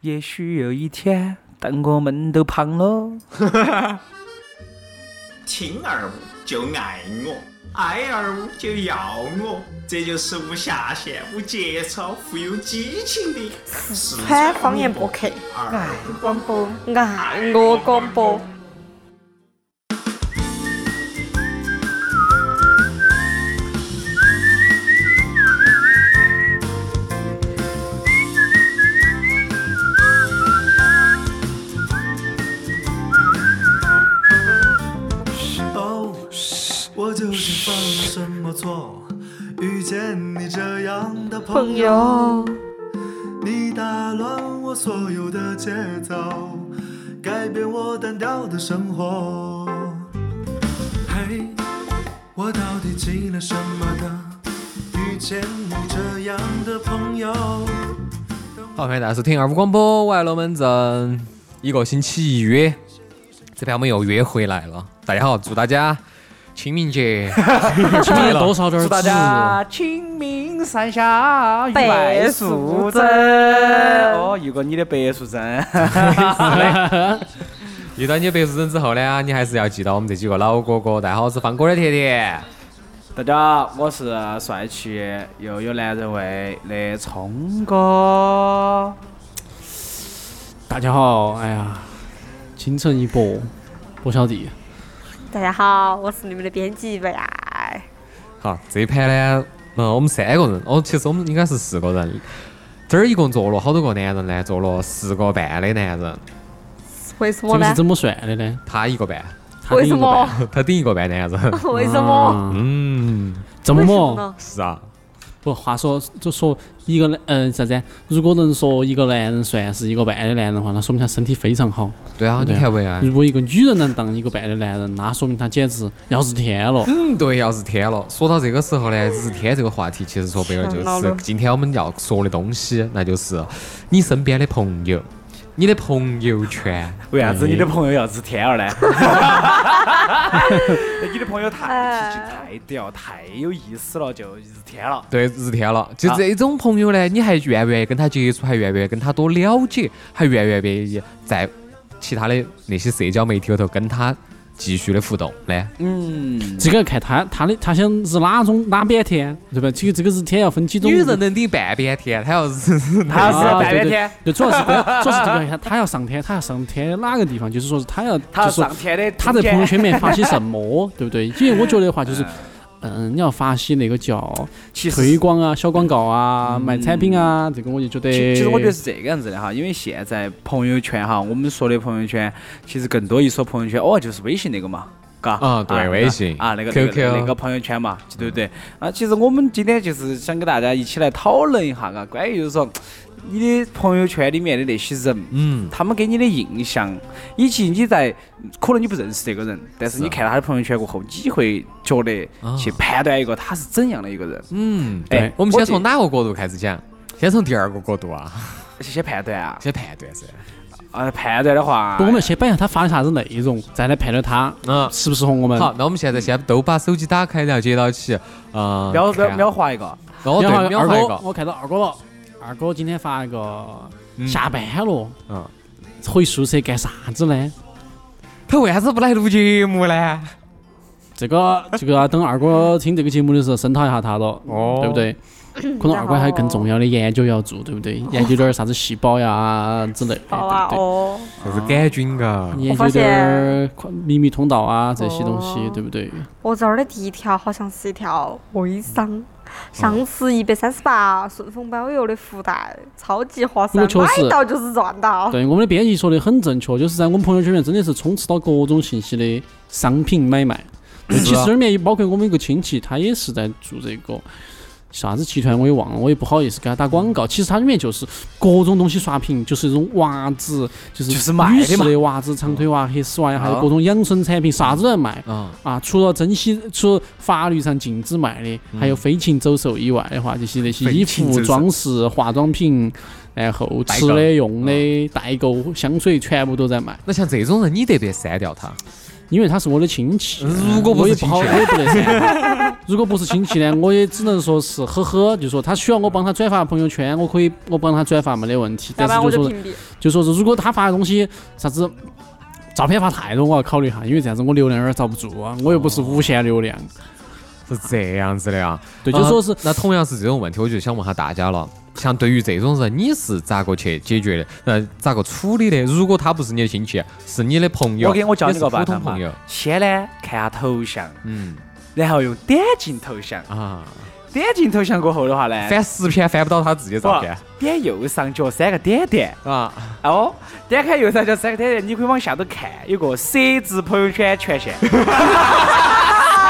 也许有一天，当我们都胖了，听二五就爱我，爱二五就要我，这就是无下限、无节操、富有激情的四川方言播客二五广播，爱我广播。哦，我究竟犯了什么错？遇见你这样的朋朋友，友，你打乱我所有的节奏，改变我单调的生活。嘿，我到底积了什么的？遇见你这样的朋友，好，欢迎大家收听二五广播，我爱龙门阵。一个星期一约，这盘我们又约回来了。大家好，祝大家清明节清 明节多烧点儿祝大纸家清明上下一白百素素贞贞。哦，遇过你的白素贞，遇到你的白素贞之后呢，你还是要记到我们这几个老哥哥。大家好，我是放歌的甜甜。 大家好，我是帅气又有男人味的聪哥。大家好，哎呀，清晨一波，波小弟，大家好，我是你们的编辑未来。好，这一盘呢，嗯，我们三个人，哦，其实我们应该是四个人。这儿一共坐了好多个男人呢，坐了十个半的男人，为什这么个是呢？怎么算的呢？他一个半，他为什另一个么 半？？他顶一个半男人。为什么？啊嗯，这为么什么猛？呢？是啊，不，话说就说一个男，嗯、啥子？如果能说一个男人算是一个半的男人的话，那说明他身体非常好。对啊，你对啊看未来。如果一个女人能当一个半的男人，那说明他简直要是天了。嗯，对，要日天了。说到这个时候呢，日天这个话题，其实说白了就想到了是今天我们要说的东西，那就是你身边的朋友，你的朋友圈。哎为啥子你的朋友要日天儿呢？ 哎你的朋友太脾气太屌，太有意思了，就日天了。对，日天了。就啊这种朋友呢，你还愿不愿意跟他接触？还愿不愿意跟他多了解？还愿不愿意在其他的那些社交媒体里头跟他继续的互动呢？嗯，这个看他他的他想日哪种哪边天，对吧？这个这个日天要分几种。女人能顶半边天，她要是 他是啊半对边对天，就主要是关，主要是这个看他要上天，他要上天哪个地方？就是说是他要，他就是是说上天的中间。他在朋友圈里面发些什么，对不对？因为我觉得的话，就是，嗯，你要发些那个叫其实推广啊、小广告啊、卖产品啊，这个我就觉得，呃其其实我觉得是这个样子的哈，因为现在朋友圈哈，我们说的朋友圈，其实更多一说朋友圈，哦，就是微信那个嘛，嘎。啊对那个微信啊，那个 QQ 那个那个朋友圈嘛，对不对？啊，其实我们今天就是想跟大家一起来讨论一下，嘎，关于就是说你的朋友圈里面的那些人。嗯，他们给你的印象，以及你在可能你不认识这个人，但是是你看了他的朋友圈过后，你会觉得啊去判断一个他是怎样的一个人。嗯，哎对，我们先我从哪个角度开始讲？先从第二个角度啊，先判断啊，先判断噻。啊，判断的话，不，我们先摆一下他发的啥子内容，再来判断他嗯，适不适合我们。好，那我们现在先都把手机打开，然后接到起，呃，秒秒看秒，划一个。哦然后对，秒二画一哥，个，我看到二哥了，二哥今天发一个嗯下班了，嗯，回宿舍干啥子呢？他为啥子不来录节目呢？这个哎这个要啊等二哥听这个节目的时候声讨一下他了，哦对 不对？可能二哥还有更重要的研究要做，对不对？研究点儿啥子细胞呀之类的，哦好啊对不哦， 就是杆菌嘎对？，研究点儿秘密通道啊这些东哦西，对不对？我这儿的第一条好像是一条微商。上市一百三十八，顺丰包邮的福袋，超级划算我，确实买到就是赚到。对，我们的编辑说的很正确，就是在我们朋友圈里面真的是充斥到各种信息的商品买卖。对其啊实里面也包括我们一个亲戚，他也是在做这个啥子集团，我也忘了，我也不好意思给他打广嗯告。其实它里面就是各种东西刷屏，就是那种袜子，就是就是卖的女士嘛的袜子、长腿袜、黑丝袜呀，还有啊各种养生产品，啥子都在卖。嗯，啊，除了珍惜，除了法律上禁止卖的，嗯还有飞禽走兽以外的话，就是那些飞衣禽服、走兽装饰、化妆品，然后代吃购嗯的、用的、代购、香水，全部都在卖。那像这种人，你得不得删掉他？因为他是我的亲戚，啊如果不我是也不好，我亲戚啊也不得噻。 如果不是亲戚呢，我也只能说是呵呵，就说他需要我帮他转发朋友圈，我可以我帮他转发没得问题。要 但不然是我就就说屏蔽。就说是如果他发的东西啥子照片发太多，我啊要考虑一下，因为这样子我流量有点遭不住啊，我又不是无限流量。是这样子的啊。对，就啊说是那同样是这种问题，我就想问下大家了。像对于这种人，你是咋个去解决的？呃，咋个处理的？如果他不是你的亲戚，是你的朋友，我给我教你个也是办普法通嘛朋友。，先呢看下头像，嗯然后用点进头像，啊，点进头像过后的话呢，翻十篇翻不到他自己的照片不点右上角三个点点，啊，哦，点开右上角三个点点，你可以往下头看，有个设置朋友圈权限，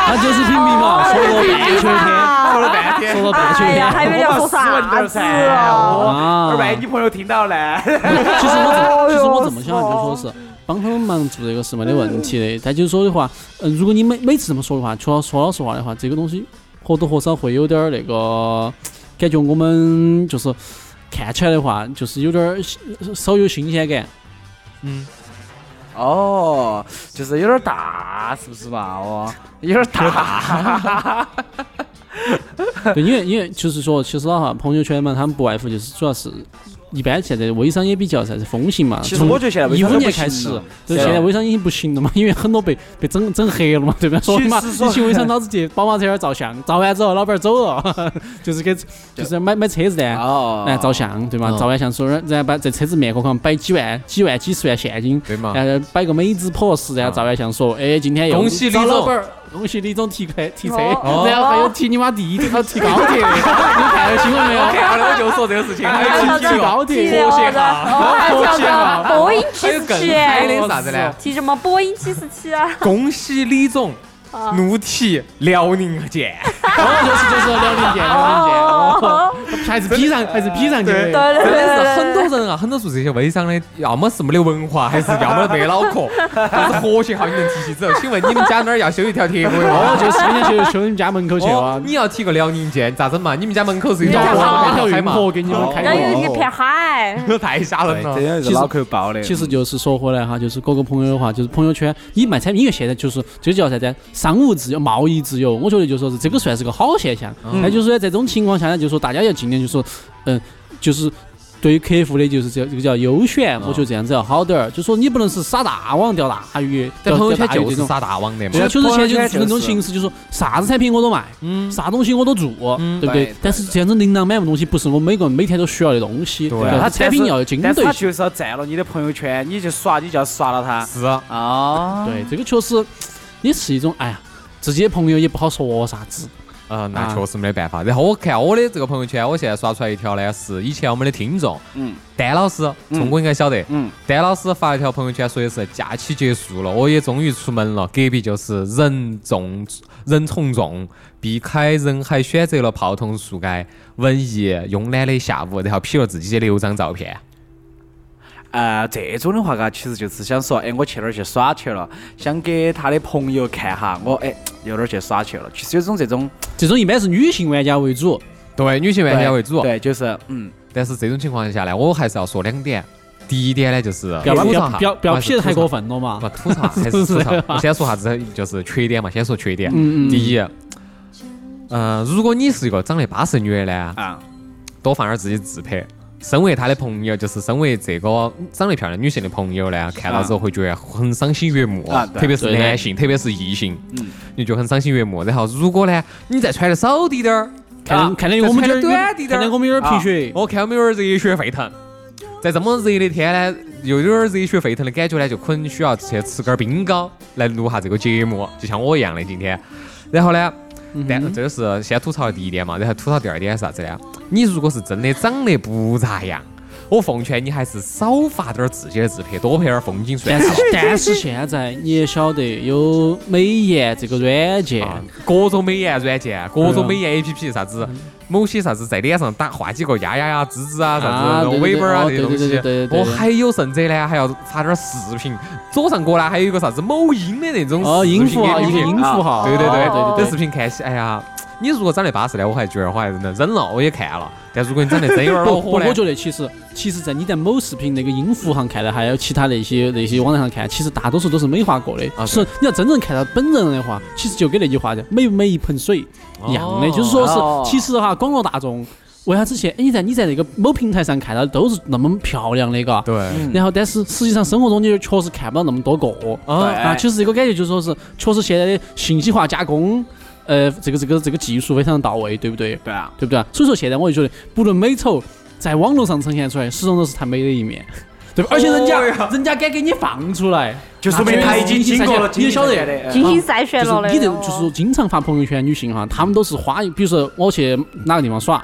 他就是屏蔽嘛，说了半秋天，说了半天，说了半秋哎呀，还天。以为要说啥子哦？二啊万一你朋友听到呢？ 其实我哎呦怎其实我怎么想就说哎是帮他们忙做这个是没得问题的，但就是说的话，嗯，如果你每每次这么说的话，说说老实话的话，这个东西或多或少会有点儿那个感觉，我们就是看起来的话，就是有点儿少有新鲜感。嗯，哦，就是有点大，是不是嘛？哦，有点大。对，因为因为就是说，其实的话，朋友圈嘛，他们不外乎就是主要是。一般现在微商也比较啥子风行嘛，其实我觉得现在微一商五都不年开行始了，对，对现在微商已经不行了嘛，因为很多被被整整黑了嘛，对吧？说的嘛，其实说你去微商老子去宝马车那儿照相，照完之后老板儿走了，就是给就是买买车子的，哦来照。相，对吧？嗯照完相说，然后把这车子面壳上摆几万、几万、几十万现金，对嘛。然后哎摆个美姿 pose，然后照完相说，哎，今天又恭喜李找老总板儿，恭喜李总提快提车，哦然后还有提你妈地铁，提高铁的，你看到新闻没有？看了我就说这个事情，还有提高提铁着，我的，哦，还有叫个啊波音七啊还有四更七，嗨的啥子哎哦呢？提什么波音七四七 啊？恭喜李总啊怒提辽宁舰，哦，就是就是辽宁舰，辽宁舰，哦，还是 P 上，还是 P 上去对的。对对对真的是对，很多人啊，很多做这些微商的，要么是没得文化，还是要么没脑壳，但是和谐号你能提起走。请问你们家那儿要修一条铁轨 哦，吗？就是今天就去你们家门口去哦啊，，你要提个辽宁舰咋整嘛？你们家门口是一你条家河，上没条开运嘛？河给你们开然后过。有一片海，哦 太吓人了。这是脑壳爆的。其实就是说回来哈，就是各个朋友的话，就是朋友圈，你卖产品，因为现在就是这就叫啥子？商务自由、贸易自由，我觉得就说是这个算是个好现象。嗯那就是说在这种情况下呢，就说大家要尽量就说，嗯，就是。对于客户的就是这这个叫优选，我觉得这样子要好点儿。就说你不能是撒大网钓大鱼，在钓朋友圈钓大鱼就这是种。撒大网的嘛对，啊，就是朋友现在圈就是就这种是形式，就是啥子产品我都卖，嗯，啥东西我都做，对不对对？但是这样子琳琅满目的东西，不是我每个人每天都需要的东西。对啊吧他产品要有精但是对他性。就是要占了你的朋友圈，你去刷，你就要刷了他。是啊，哦，对，这个确实也是一种，哎呀，自己的朋友也不好说啥子。呃，那啊确实没得办法。然后我看我的这个朋友圈，我现在刷出来一条呢，是以前我们的听众，嗯丹老师，嗯聪哥应该晓得，嗯，丹老师发了一条朋友圈，说的是假期结束了，我也终于出门了。隔壁就是人众人从众，避开人海，选择了泡桐树街文艺慵懒的下午，然后 P 了自己的六张照片。呃，这种的话嘎，其实就是想说，哎，我去哪儿去耍去了，想给他的朋友看哈，我哎又哪儿去耍去了。其实有种这种这种一般是女性玩家为主，对，女性玩家为主。对，就是嗯，但是这种情况下呢，我还是要说两点。第一点呢，就是不要吐槽不要哈不要我不要还是 P 得太吐槽过分了嘛不。吐 槽还是吐槽。我先说啥子，就是缺点嘛，先说缺点。嗯嗯嗯第一，呃，如果你是一个长得巴适的女的呢，啊，多放点自己自拍。身为她的朋友，就是身为这个长得漂亮女性的朋友呢，看到之后会觉得很赏心悦目，啊对特别是啊对的男性，特别是异性，嗯你就很赏心悦目。然后如果呢，你再穿的少滴点儿，看看来我们再穿这儿得短滴点啊看来儿我，们有点儿贫血。我看我们有点热血沸腾。在这么热的天呢，又有点热血沸腾的感觉呢，就可能需要去吃根儿冰糕来录下这个节目，就像我一样的今天。然后呢，但这个是先吐槽的第一点嘛，然后吐槽第二点是啥子呢？你如果是真的长得不咋样，我奉劝你还是少发点儿自己的自拍，多拍点儿风景但算是但是现在你也晓得有美颜这个软件，啊，各种美颜软件，各对种啊美颜 A P P，啥嗯子某些啥子在脸上打画几个丫丫呀、芝芝啊、啥啊子对对尾巴啊这对些哦东对西对对对对。对哦，还有甚者呢，还要发点视频。左上角呢，还有一个啥子某音的那种哦，视音频符号 APP 一个音符号，对对哦对，对这啊对视对。频看起，哎呀，你如果长得巴适呢，我还觉得我还能忍了，我也看了。但如果你长得真有点不恼 不，火呢我，觉得其实其实，在你在某视频那个音符上看的，还有其他那些那些网站上看，其实大多数都是美化过的。啊对是你要真正看到本人的话，其实就跟那句话叫“美不美一盆水”一样的，哦就是说哦是其实哈，广告大众为啥之前哎你在你在那个某平台上看到的都是那么漂亮的，嘎，对然后但是实际上生活中你就确实看不到那么多个。啊，啊，其实这个感觉就是说是，确实现在的信息化加工，呃，这个这个这个技术非常到位，对不对？对啊，对不对啊？所以说现在我就觉得，不论美丑，在网络上呈现出来，始终都是她美的一面， 对吧？而且人家、人家敢给你放出来，就说明他已经经过了你就晓得的，精心筛选了的就哦。是你这种就是说经常发朋友圈的女性哈，她们都是花一，比如说我去哪个地方耍。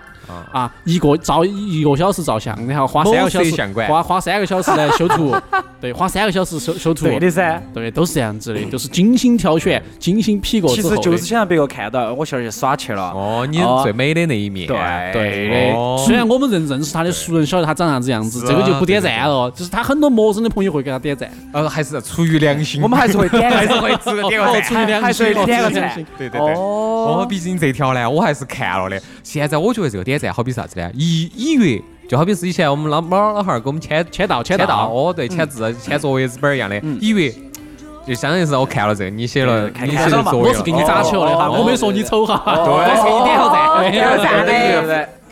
啊，一个照一个小时照相，然后花三个小某摄像时，馆花花三个小时来修 图，对，花三个小时修修图，对的噻。对，都是这样子的，就是精心挑选、精心批过其之实后就的是。想让别个看到，我现在去耍去了。哦，你哦最美的那一面，哎对对的，虽然我们认认识他的熟人晓得他长啥子样子，哦是啊这个就不点赞了。哦就是他很多陌生的朋友会给他点赞，呃，还是出于良心，我们还是 会点还是的，会值得点个哦赞出于良还心是，哦会点个出于良赞心。对对对。哦，哦，毕竟这条呢，我还是看了的。现在我觉得这个点赞好比啥子呢？一一跃，就好比是以前我们老猫老汉儿给我们签签到，签签到，哦，对，签字签作业纸本儿一样的，一跃，就相当于是我看了这个，你写了，对你看写到的了嘛作业我了，是给你打球的哈，哦哦我没说你丑哈。哦对哦给你点个赞，点个赞对对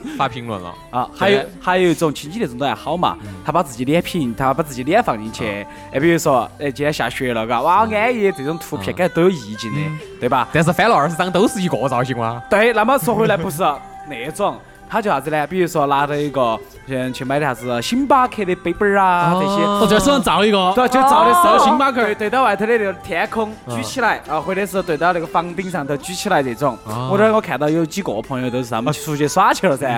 对。发评论了。啊，还有还有一种亲戚那种都还好嘛，他把自己脸平，他把自己脸放进去，哎，比如说，哎，今天下雪了，嘎，哇，安逸，这种图片感觉都有意境的，对吧？但是翻了二十张都是一个造型哇，对，那么说回来，不是 那种，他叫啥子呢？比如说拿着一个，嗯，去买的啥子星巴克的杯杯儿啊，这些。哦我在手上照一个，对，就照的时候，哦星巴克对对到外头的那个天空举起来啊，或者是对到那个房顶上头举起来这种。哦嗯我这儿我看到有几个朋友都是他们出去耍去了噻，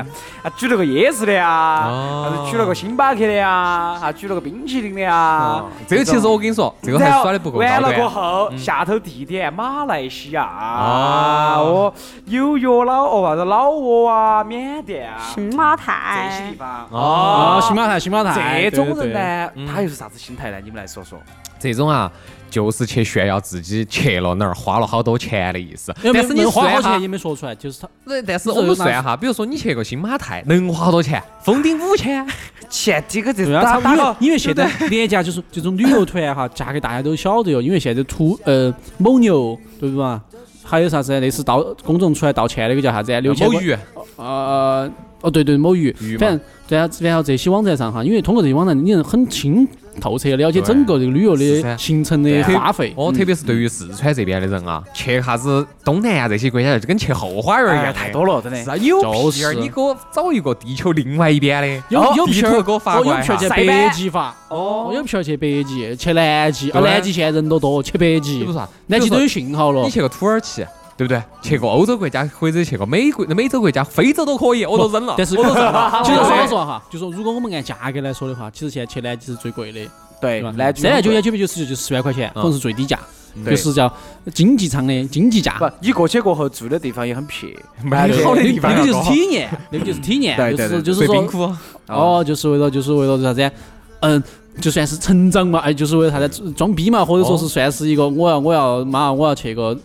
啊，举了个椰子的呀，哦还是举了个星巴克的呀，啊，举了个冰淇淋的呀。哦这个其实我跟你说，这个还然后耍的不嗯够完高了过端。后，下头地点马来西亚啊哦，纽约老哦啥子老挝啊，缅甸啊，新马这些泰地，方啊，哦新马泰，新马泰，这种哎对人，嗯呢，他又是啥子心态呢？你们来说说。这种啊，就是去炫耀自己去了哪儿，花了好多钱的意思。对对但是对有你没有花好算多哈钱也，没说出来，就是他那但是我们算哈，比如说你去个新马泰，能花多少钱？封顶五千，钱这个这对打打啊，他因为个因为现在廉价就是这种旅游团啊哈，价格大家都晓得哟，因为现在途呃蒙牛对不嘛？还有啥子？类似盗公众出来道歉那个叫啥子？啊六千某鱼呃，哦对对，某鱼鱼，嘛反正对啊，然后这些网站上哈，因为通过这些网站，你能很清透彻了解整个这个旅游是噻的行程的花费。嗯哦，特别是对于四川这边的人啊，去啥子东南亚这些国家，就跟去后花园一哎样，太多。了，真是的。啊，有就屁是儿！你给我找一个地球另外一边的，有哦有地皮球儿给我发哦过有来皮儿哈。去塞北班极发，哦哦，有皮儿去北极，去南极，啊，对南极现在人都多，去北比极如，说啊，南极比如都说有信号了你。去个土耳其，对不对？去个欧洲国家或者去个美国、美洲国家、非洲都可以，我都扔了。但是我我都说扔了。其实我说都老扔实了话哈，就说如果我们按价格来说的话，其实现在去南极是最贵的，对对吧？南极三万九千九百九十就十万块钱，嗯可能是最低价，对就是叫经济舱的经济价。不，你过去过后住的地方也很撇，没得好的地方哎啊那个就是哥体验，那个就是体验，对就对对是就是睡冰说，窟，啊哦，就是为了就是为了啥子？嗯，就算是成长嘛，哎，就是为了啥子装逼嘛，或者说是算是一个我要我要妈我要去个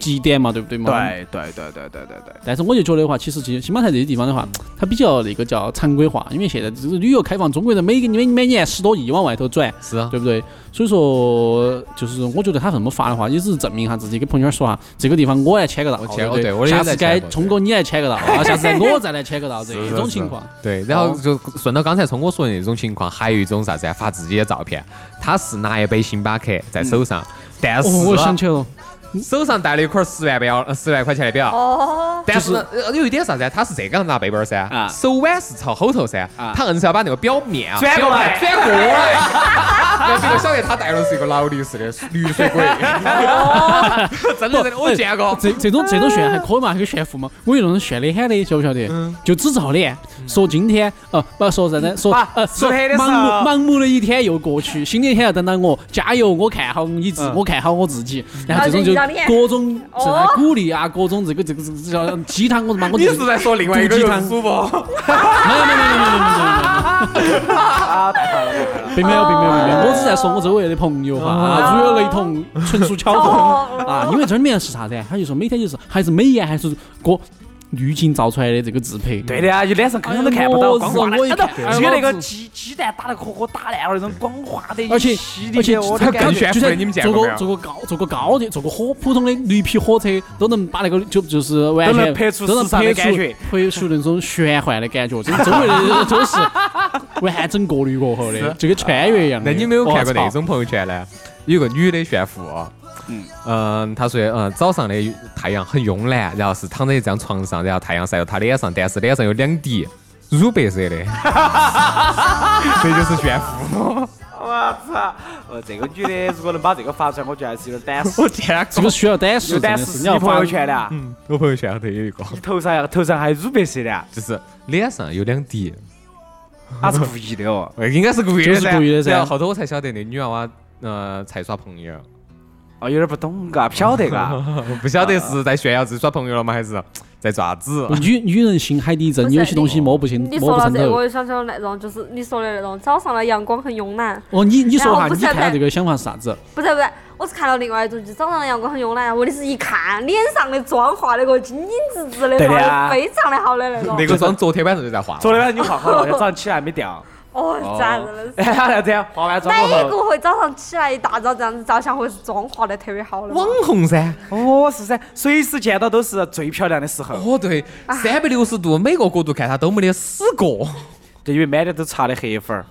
极点嘛，对不对嗯嘛？。对对对对对对对，但是我就觉得的话，其实其实新马泰这些地方的话，它比较那个叫常规化，因为现在这个旅游开放，中国人每个每每年十多亿往外头转，是啊，对不对？所以说，就是我觉得他这么发的话，也只是证明下自己，给朋友圈说哈，这个地方我来签个到，我签对不哦对我也下来次签该过聪哥你来签个到，啊，下次该我再来签个到，这是是种是情况。哦对，然后就顺到刚才聪哥说的那种情况，还有一种啥子啊？发自己的照片，他是拿一杯星巴克在手上，但是啊哦，我想起了，手上戴了一块十万表，呃十万块钱的表。哦，但是呃有一点啥子啊？他是这个样拿背包噻啊，手腕是朝后头噻啊，他硬是要把那个表面啊转过来转过来。然后别个晓得他戴的是一个劳力士的绿水鬼， 真的真的，我见 过。这这种这种炫还可以嘛？还有炫富嘛？我有那种炫的很的，晓不晓得？嗯就只照脸，说今天呃不说啥子，说啊把呃自说黑的盲时候目盲目的一天又过去，新的一天要等到我，加油！我看好你嗯自，我看好我自己。然后这种就然后就遇到你各种这来鼓励啊，各种这个这个这个这个鸡汤，我他妈我你自己是在说另外一个毒鸡人汤是不？没有没有没有没有没有没有没有没有啊，太好了太好了，并没有，并没有，并没有，我只在说我周围的朋友哈，啊，如有雷同，纯属巧合哦啊。因为这里面是啥子啊？他就说每天就是还是美颜，还是哥滤镜照出来的这个自拍。对的啊，就脸上坑坑都看不哎到，呦光滑的，我日我一看哎呦就跟那哎个呦鸡鸡蛋打得壳壳打烂了那种光滑的，而且稀而里且的，我他的感感觉觉觉就像你们见坐过没个有坐个高坐个高铁坐个火普通的驴皮火车都能把那个就就是完都全能拍出都能时尚拍的出感觉拍出那种玄幻的感觉，真的周围的人都是完整过滤过后的，就跟穿越一样的。那你没有看过嗯我操那种朋友圈呢？有个女的炫富，嗯嗯她说，嗯，早上的太阳很慵懒，然后是躺在一张床上，然后太阳晒到她脸上，但是脸上有两滴乳白色的，这就是炫富。我操！呃，这个女的如果能把这个发出来，我觉得还是有点胆死，天啊，这个需要胆识，有真的胆是识。你你要朋发友圈的啊，嗯，我朋友圈 头有一个，你头上头上还乳白色的啊，就是脸上有两滴，他是故意的哦。呃应该是故意就的是噻故意的噻然后后头我才晓得那女娃娃，呃，才耍朋友，哦，有点不懂嘎，不晓得嘎。不晓得是在炫耀自己耍朋友了吗，还是在爪 子？不哦女女人心海底针，有些东西摸不清，你摸说不到清这个，头我。就想起了那种，就是你说的那种早上的阳光很慵懒，哦，你你说哈，然后哎不你是看到在这个想法是啥子？不对不对，我是看到另外一种，就早上的阳光很慵懒，我的是一看脸上的妆化那个精精致致的，对化的的呀非常的好的那种那。个妆昨天晚上就在化了，昨天晚上你化好了，今天早上起来还没掉。哦， 咋子的？哎，然后这样化完妆哪一过个会早上起来一大早这样子照相，会是妆化的特别好的嘛？网 红噻。后，哦，是噻，随时见到都是最漂亮的时候，哦，对，三百六十度每个角度看他都没得死过。就因为满脸都擦的黑粉儿。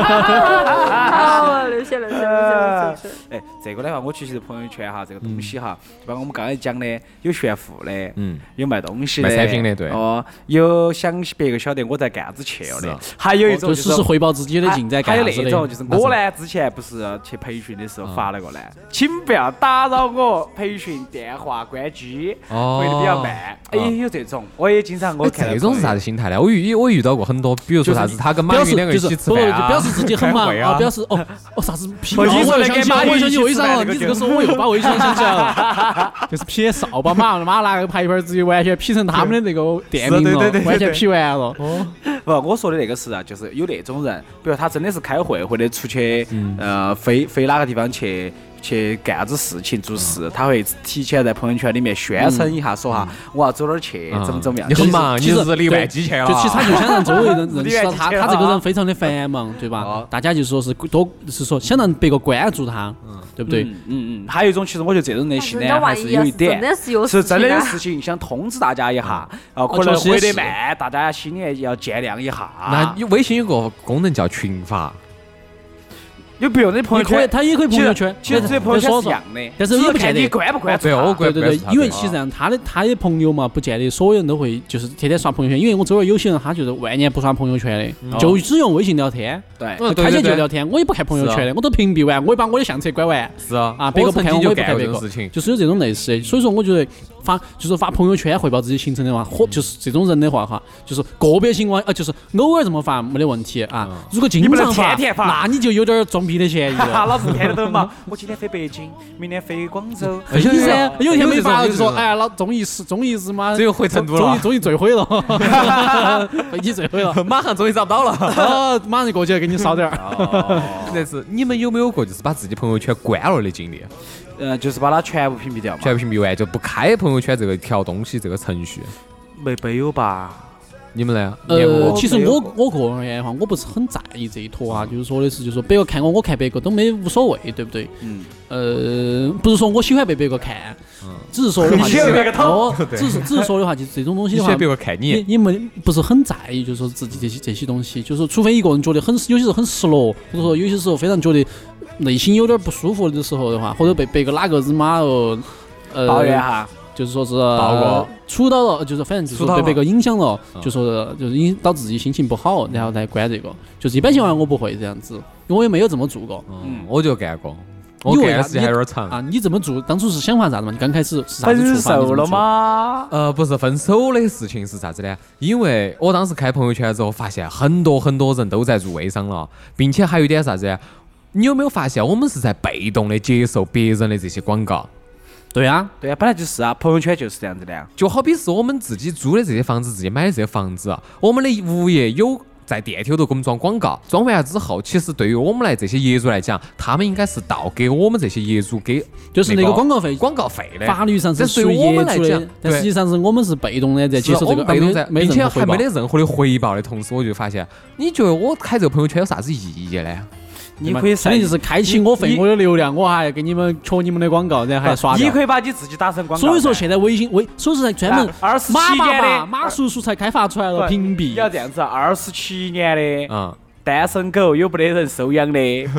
啊，流血流血 流血流血！哎，这个的话，我其实朋友圈哈，这个东西哈，就把我们刚才讲的，有炫富的，嗯，有卖东西卖产品的对哦，有想别个晓得我在干啥子去了是的啊，还有一种哦就就是是汇报自己的还进展，还有干啥子那的种就是我呢，之前不是去培训的时嗯候发了个呢，请不要打扰我，培训电话关机，哦回的比较慢。哎，嗯有这种，我也经常我哎看到这种是啥朋子友？心态呢？我遇我遇到过很多，比如说啥子，他跟马表云示两个就一是起吃不饭就啊，表示 自己很忙开会啊啊，表示哦哦啥子屁，我已经哦说又了想跟起马我云一又想起起微吃商饭那了，个你这就个时候我又把微商想起来了， 就是撇扫把马马拿个牌牌儿直接完全劈成他们的那个店名是对对了对对，完全劈完了。哦不，我说的那个是啊，就是有那种人，比如他真的是开会或者出去，嗯呃，飞飞哪个地方去。去干啥子事情做嗯事，他会提前在朋友圈里面宣称一下，说哈，我要走哪儿去，嗯怎么怎么样。你很其实忙，你其实日理万机去了。就其实他就想让周 围人认离识远到近他，去他了这个啊人非常的繁忙，对吧哦？大家就说是多是说想让别个关注他，对不对？嗯嗯嗯，还有一种，其实我觉得这种人心人家呢，还万一是要有是一点真，的是有是真的有啊事情想通知大家一下，啊，哦可能确实也回得是慢，大家心里要见谅一下。啊那你微信有个功能叫群发，有别人的朋你友可以，圈，他也可以朋友圈，嗯其实其实这朋友再圈是说一说样的，但是只也不见看得哦你关不关注对他。我关对不关对对注他，因为对其实上他的他的朋友嘛，不见得所有人都会就是天天刷朋友圈，因为我周围有些人他就是万年不刷朋友圈哦的，就只用微信聊天，对嗯对呃开对心就对聊天，我也不看朋友是啊圈的，我都屏蔽完，我也把我的相册关完。是啊，啊，别我个不曾看经我，我就干也不看过别这个种事情，就是有这种类似的。所以说，我觉得发就是发朋友圈汇报自己行程的话，或就是这种人的话哈，就是个别情况啊，就是偶尔这么发没得问题啊。嗯如果经你不能天常天发那你就有点儿装逼的嫌疑哈哈， 了。老子天天都很忙，我今天飞北京，明天飞广州。你噻，有一天没发了有这种有就说，这种哎，老终于是终于是妈，最后回成都终于了，终于坠毁 了，飞机坠毁了，马上终于找不到了。啊，马上就过去给你烧点儿。哦 但是你们有没有过就是把自己朋友圈关了的经历？呃，就是把它全部屏蔽掉嘛。全部屏蔽完就不开朋友圈这个调东西这个程序，没没有吧？你们呢？你也不呃，过其实没有我过我个人而言的话，我不是很在意这一坨啊，就是说的是，就是说别个看我，我看别个都没无所谓，对不对？嗯，呃，不是说我喜欢被别个看， 只是说的话，你喜欢被别个 哦，只是只是说的话，就是这种东西你的喜话欢，别个看也你，也没不是很在意，就是说自己这些这些东西，就是说，除非一个人觉得很有些时候很失落，或者说有些时候非常觉得内心有点不舒服的时候的话，或者被别个哪个日妈哦，呃，抱怨哈，就是说是过触到了，就是反正就是触到说被了别个影响了嗯，就说是就是影导致自己心情不好，然后来关这个。就是一般情况下我不会这样子，因为我也没有这么做过嗯，我就干过，我你为干的啥时间还有点啊长。。你这么做当初是想法啥子嘛？你刚开始是啥分子触发你这手么了做？吗？呃，不是分手的事情是啥子呢？因为我当时开朋友圈之后，发现很多很多人都在做微商了，并且还有一点啥子呢？你有没有发现我们是在被动的接受别人的这些广告？对啊，对呀，本来就是啊，朋友圈就是这样子的啊。就好比是我们自己租的这些房子，自己买的这些房子，我们的物业有。在电梯头给我们装广告，装完了之后，其实对于我们来这些业主来讲，他们应该是倒给我们这些业主给就是那那个个广告费，广告费的。法律上是这对属于于我业们来主讲的，，但对实际上是我们是被动的在接受这是个，啊我们被动在，而没并没且任何还回报没。得任何的回报的同时，我就发现，你觉得我开这个朋友圈有啥子意义呢？你可以相当于就是开启我费我的流量，我还要给你们戳你们的广告，然后还要刷你掉。可以把你自己打成广告。所以说现在微信微，所以说才专啊门二十七马爸年爸的马叔叔才开发出来了不屏你要蔽。这样子，啊二十七年啊的嗯，单身狗有没得人收养 的？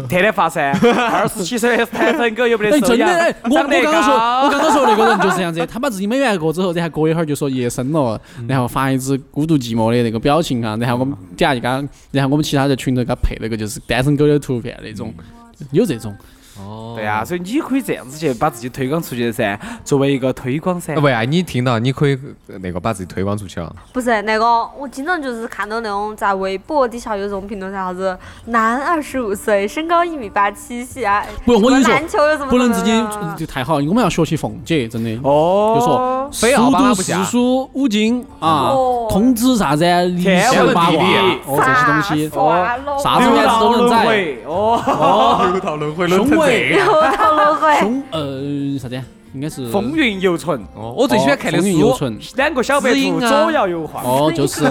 天天发噻。二十七岁的单身狗有没哎，得收真的，养？哎，我我长得刚刚说，高我刚刚说那个人就是这样子，他把自己美完过之后，然后过一会儿就说夜深了，嗯然后发一只孤独寂寞的那个表情啊，然后我们底下就给他，然后我们其他在群头给他配了个就是单身狗的图片那种，嗯有这种。哦对啊，所以你可以这样子去把自己推广出去的噻，作为一个推广噻。为啊，你听到你可以呃那个把自己推广出去啊了。不是那个，我经常就是看到那种在微博底下有这种评论，啥子男二十五岁，身高一米八七，喜爱不我跟你说篮球又怎么不能怎直么接怎么就太好，我们要学习凤姐，真的。哦，就说非奥速巴马度不四假书五经啊哦，通知啥子啊历天史文八地卦理哦这些东西，哦啥啥啥子六漏片子道都能轮在。回哦，哦，六道轮回轮成这样又到了哎会。风呃啥子啊？应该是风韵犹存，哦，我最喜欢看的风韵犹书，存。两个小白知音兔啊左摇右晃。 哦，就是，就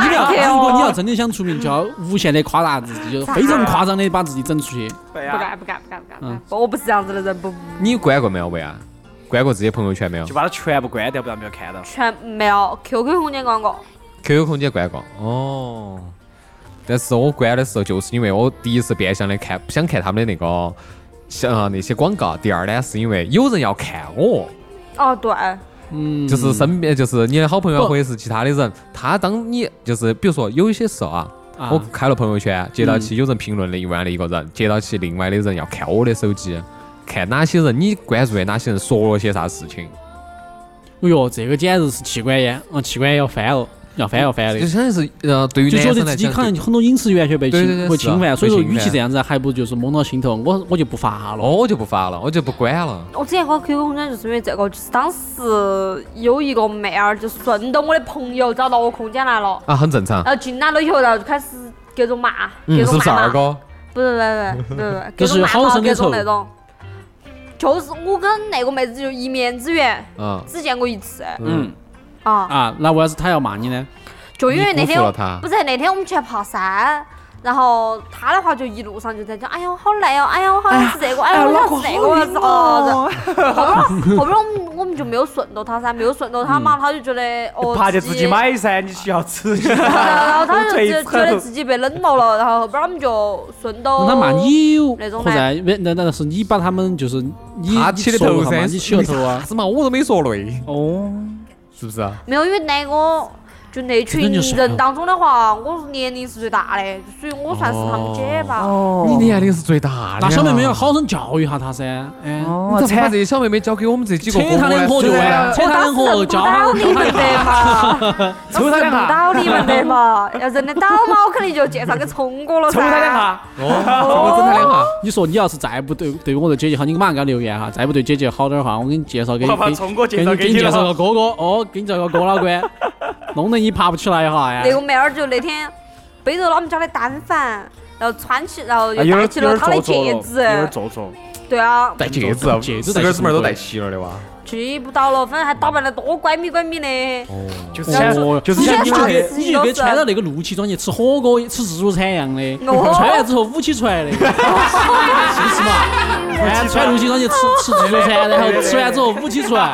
你哎 要如果你要真的想出名，就要无限的夸大自己，就非常夸张的把自己整出去。对啊呀，不敢不敢不敢不敢不嗯敢！不我不是这样子的人，不不你关过没有？为啊，关过自己朋友圈没有就把它全部关掉，不然没有看到。全没有 QQ 空间广告， ？QQ 空间关过。哦，但是我关的时候，就是因为我第一是变相的看，不想看他们的那个像啊那些广告；第二呢，是因为有人要看我。哦对，嗯，就是身边就是你的好朋友不或者是其他的人，他当你就是比如说有一些时候啊，啊我开了朋友圈，接到嗯起有人评论了一万的一个人，接到起另外的人要看我的手机，看哪些人你关注的哪些人说了些啥事情，哎呦，这个简直是器官炎啊！器官炎要翻了，要翻要翻的就。相当于是呃对于就男觉生得来自己讲可能就，很多隐私源全被对对对侵被是啊侵犯，所以说被侵与其犯这样子，还不如就是摸到心头，我我就不发了。哦我就不发了，我就不管了。我之前搞 QQ 空间就是因为这个，就是当时有一个妹儿就顺着我的朋友找到我空间来了，啊，很正常，然后进来了以后，然后就开始各种骂，嗯，各是种不是谩二骂。哥？不是不是不是不是，就各是种好骂生他，的各仇种那种，就是我跟那个妹子就一面之缘，嗯只见过一次嗯，啊，啊，那为啥子他要骂你呢？就因为那你辜天负我了他不是那天我们去爬山。然后他的话就一路上就在讲，哎呀，我好累哦，哎呀，我好想吃这个，哎呀，我想吃那个，我要吃哦。这后边后边我们我们就没有顺到他噻，没有顺到嗯他嘛，他就觉得哦，爬就自己买噻，你需要吃。 然后他 就腿觉疼觉得自己被冷落了，然后后边我们就顺到那哦他骂你有那种或者没那那是你把他们就是你他你起的说头了嘛噻，你起了头 啊啥。子嘛？我都没说累，哦，是不是啊？没有，因为那个就那群真的就是人当中的话，我年龄是最大的，所以我算是他们姐吧。哦你年龄是最大的呀，哦啊那小妹妹要好生教育下她噻，哎，你咋不把惨这些小妹妹交给我们这几扯个哥哥她来哦说两伙就呢完了，扯她两伙我教当她时 轮不到你们的嘛，抽他两下，轮不到你们的嘛，要认得到嘛，我肯定就介绍给聪哥了抽他两噻。下。 哦，我整他两下。你说你要是再不对对我的姐姐好，你马上给她留言哈，再不对姐姐好点儿的话，我给你介绍给我把给聪哥介给绍你给给你你介绍了。个哥哥，哦，给你介绍个哥老倌，弄得你爬不起来哈哎那。个妹儿就那天背着我们家的单反，然后穿起，然后啊又有点戴起有了点她的做作了，戒有指，点做作。对啊，戴戒指，戒指四个姊妹戴儿都什么戴鬼齐了的哇。记不到了，反正还打扮得多乖咪乖咪的。就是想哦，就是你想就你直们这接发给跟你就跟穿到那个怒气装去吃火锅、吃自助餐一样的，哦穿完之后武器 出来的，是不是嘛？哎穿穿怒气装去吃吃自助餐，然后吃完之后武器出来，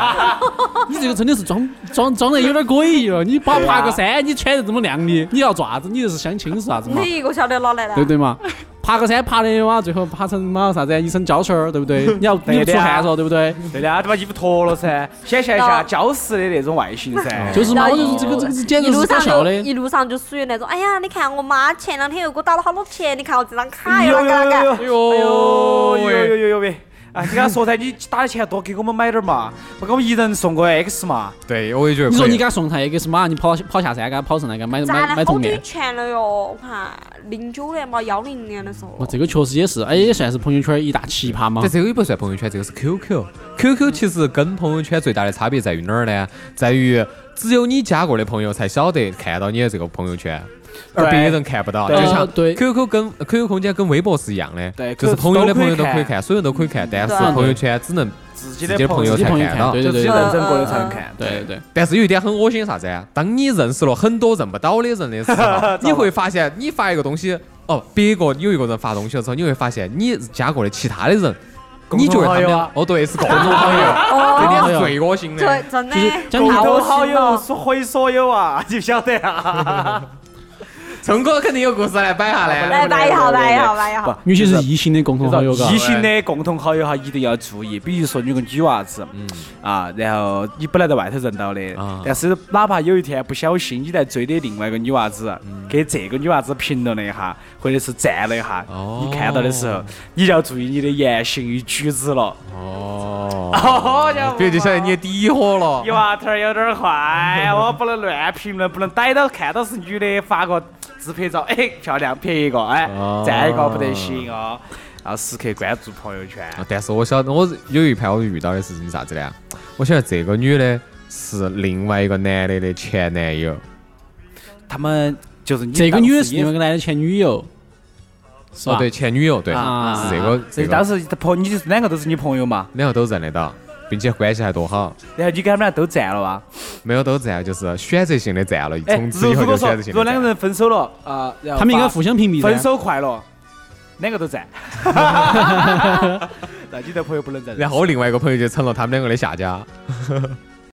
你这个真的是装装装得有点诡异了。你爬爬个山，你穿得这么靓丽，你要做啥子？你就是相亲是啥子嘛？你一个晓得哪来的？啊对不对嘛？爬个山爬的嘛，最后爬成嘛啥子？一身胶圈儿，对不对？你要你对不的出呀汗嗦，对不对？对的啊，就把衣服脱了噻，显现一下那礁石的那种外形噻。就是嘛，然后我就一是这个这个这个简一直路是搞上笑就的。一路上就属于那种，哎呀，你看我妈前两天又给我打了好多钱，你看我这张卡又呦啷个啷个。呦呦呦呦呦呦喂！哎，你跟他说噻，你打的钱多，给我们买点儿嘛，不给我们一人送个 X 嘛。对，我也觉得。你说你给他送他一个是马上你跑跑下山，给他跑上来，给他买攒买了买好桶多面。钱了哟！我看零九年嘛，幺零年的时候哦，，这个确实也是，哎，也算是朋友圈一大奇葩嘛这。这个也不算朋友圈，这个是 QQ。QQ 其实跟朋友圈最大的差别在于哪儿呢？在于只有你加过的朋友才晓得看到你的这个朋友圈，而对别人看不到，就对像呃对 QQ 跟 QQ 空间跟微博是一样的，对就是朋友的朋友都都可可嗯以以看，所有人都可以看，但是啊对朋友圈只能自己自的己的朋友自己才朋友看看到。对就自己认证过的才能看。对对对，但是有一点很恶心，啥子啊？当你认识了很多认不到的人 的时候，你会发现你发一个东西，哦，别个有一个人发东西的时候，你会发现你加过的其他的人，共你同觉得他好们友俩啊哦对是共同好友，这哦，点是最恶心对的。，真的就是，讲共起同好好心哦友所毁所有啊，你不晓得啊？聪哥肯定有故事来摆下来。啊来摆一号，摆一号，摆一号。尤其是异性的共同好友，嘎异，性的共同好友哈，一定要注意，比如说你有个女娃子，啊，然后你本来在外头认到的嗯啊，但是哪怕有一天不小心你在追的另外一个女娃子，嗯给这个女娃子评论了一下，或者是赞了一下哦，你看到的时候，你就要注意你的言行与举止了。 哦，别就晓得你底火了。你娃头儿有点儿 坏，我不能乱评论，不能逮到看到是女的发个自拍照，哎，漂亮，撇一个，哎哦，赞一个不得行哦，要时刻关注朋友圈。啊但是我晓得，我有一盘我遇到的事情是啥子呢？我晓得这个女的是另外一个男的的前男友，他们就是你这个当时女的是也另外一个男的前女友，是吧？哦对，前女友，对，啊是这个这这个当个，时朋你两个都是你朋友嘛，两个都认得到，并且关系还多好，然后你给他们俩都占了哇。没有都占，就是选择性的占了，哎，从此如以后如就果说选择如性果的两个占。人分手了啊，然后他们应该发互相屏蔽的。分手快乐，两个都占。 那你的朋友不能占。然后另外一个朋友就成了他们两个的下家，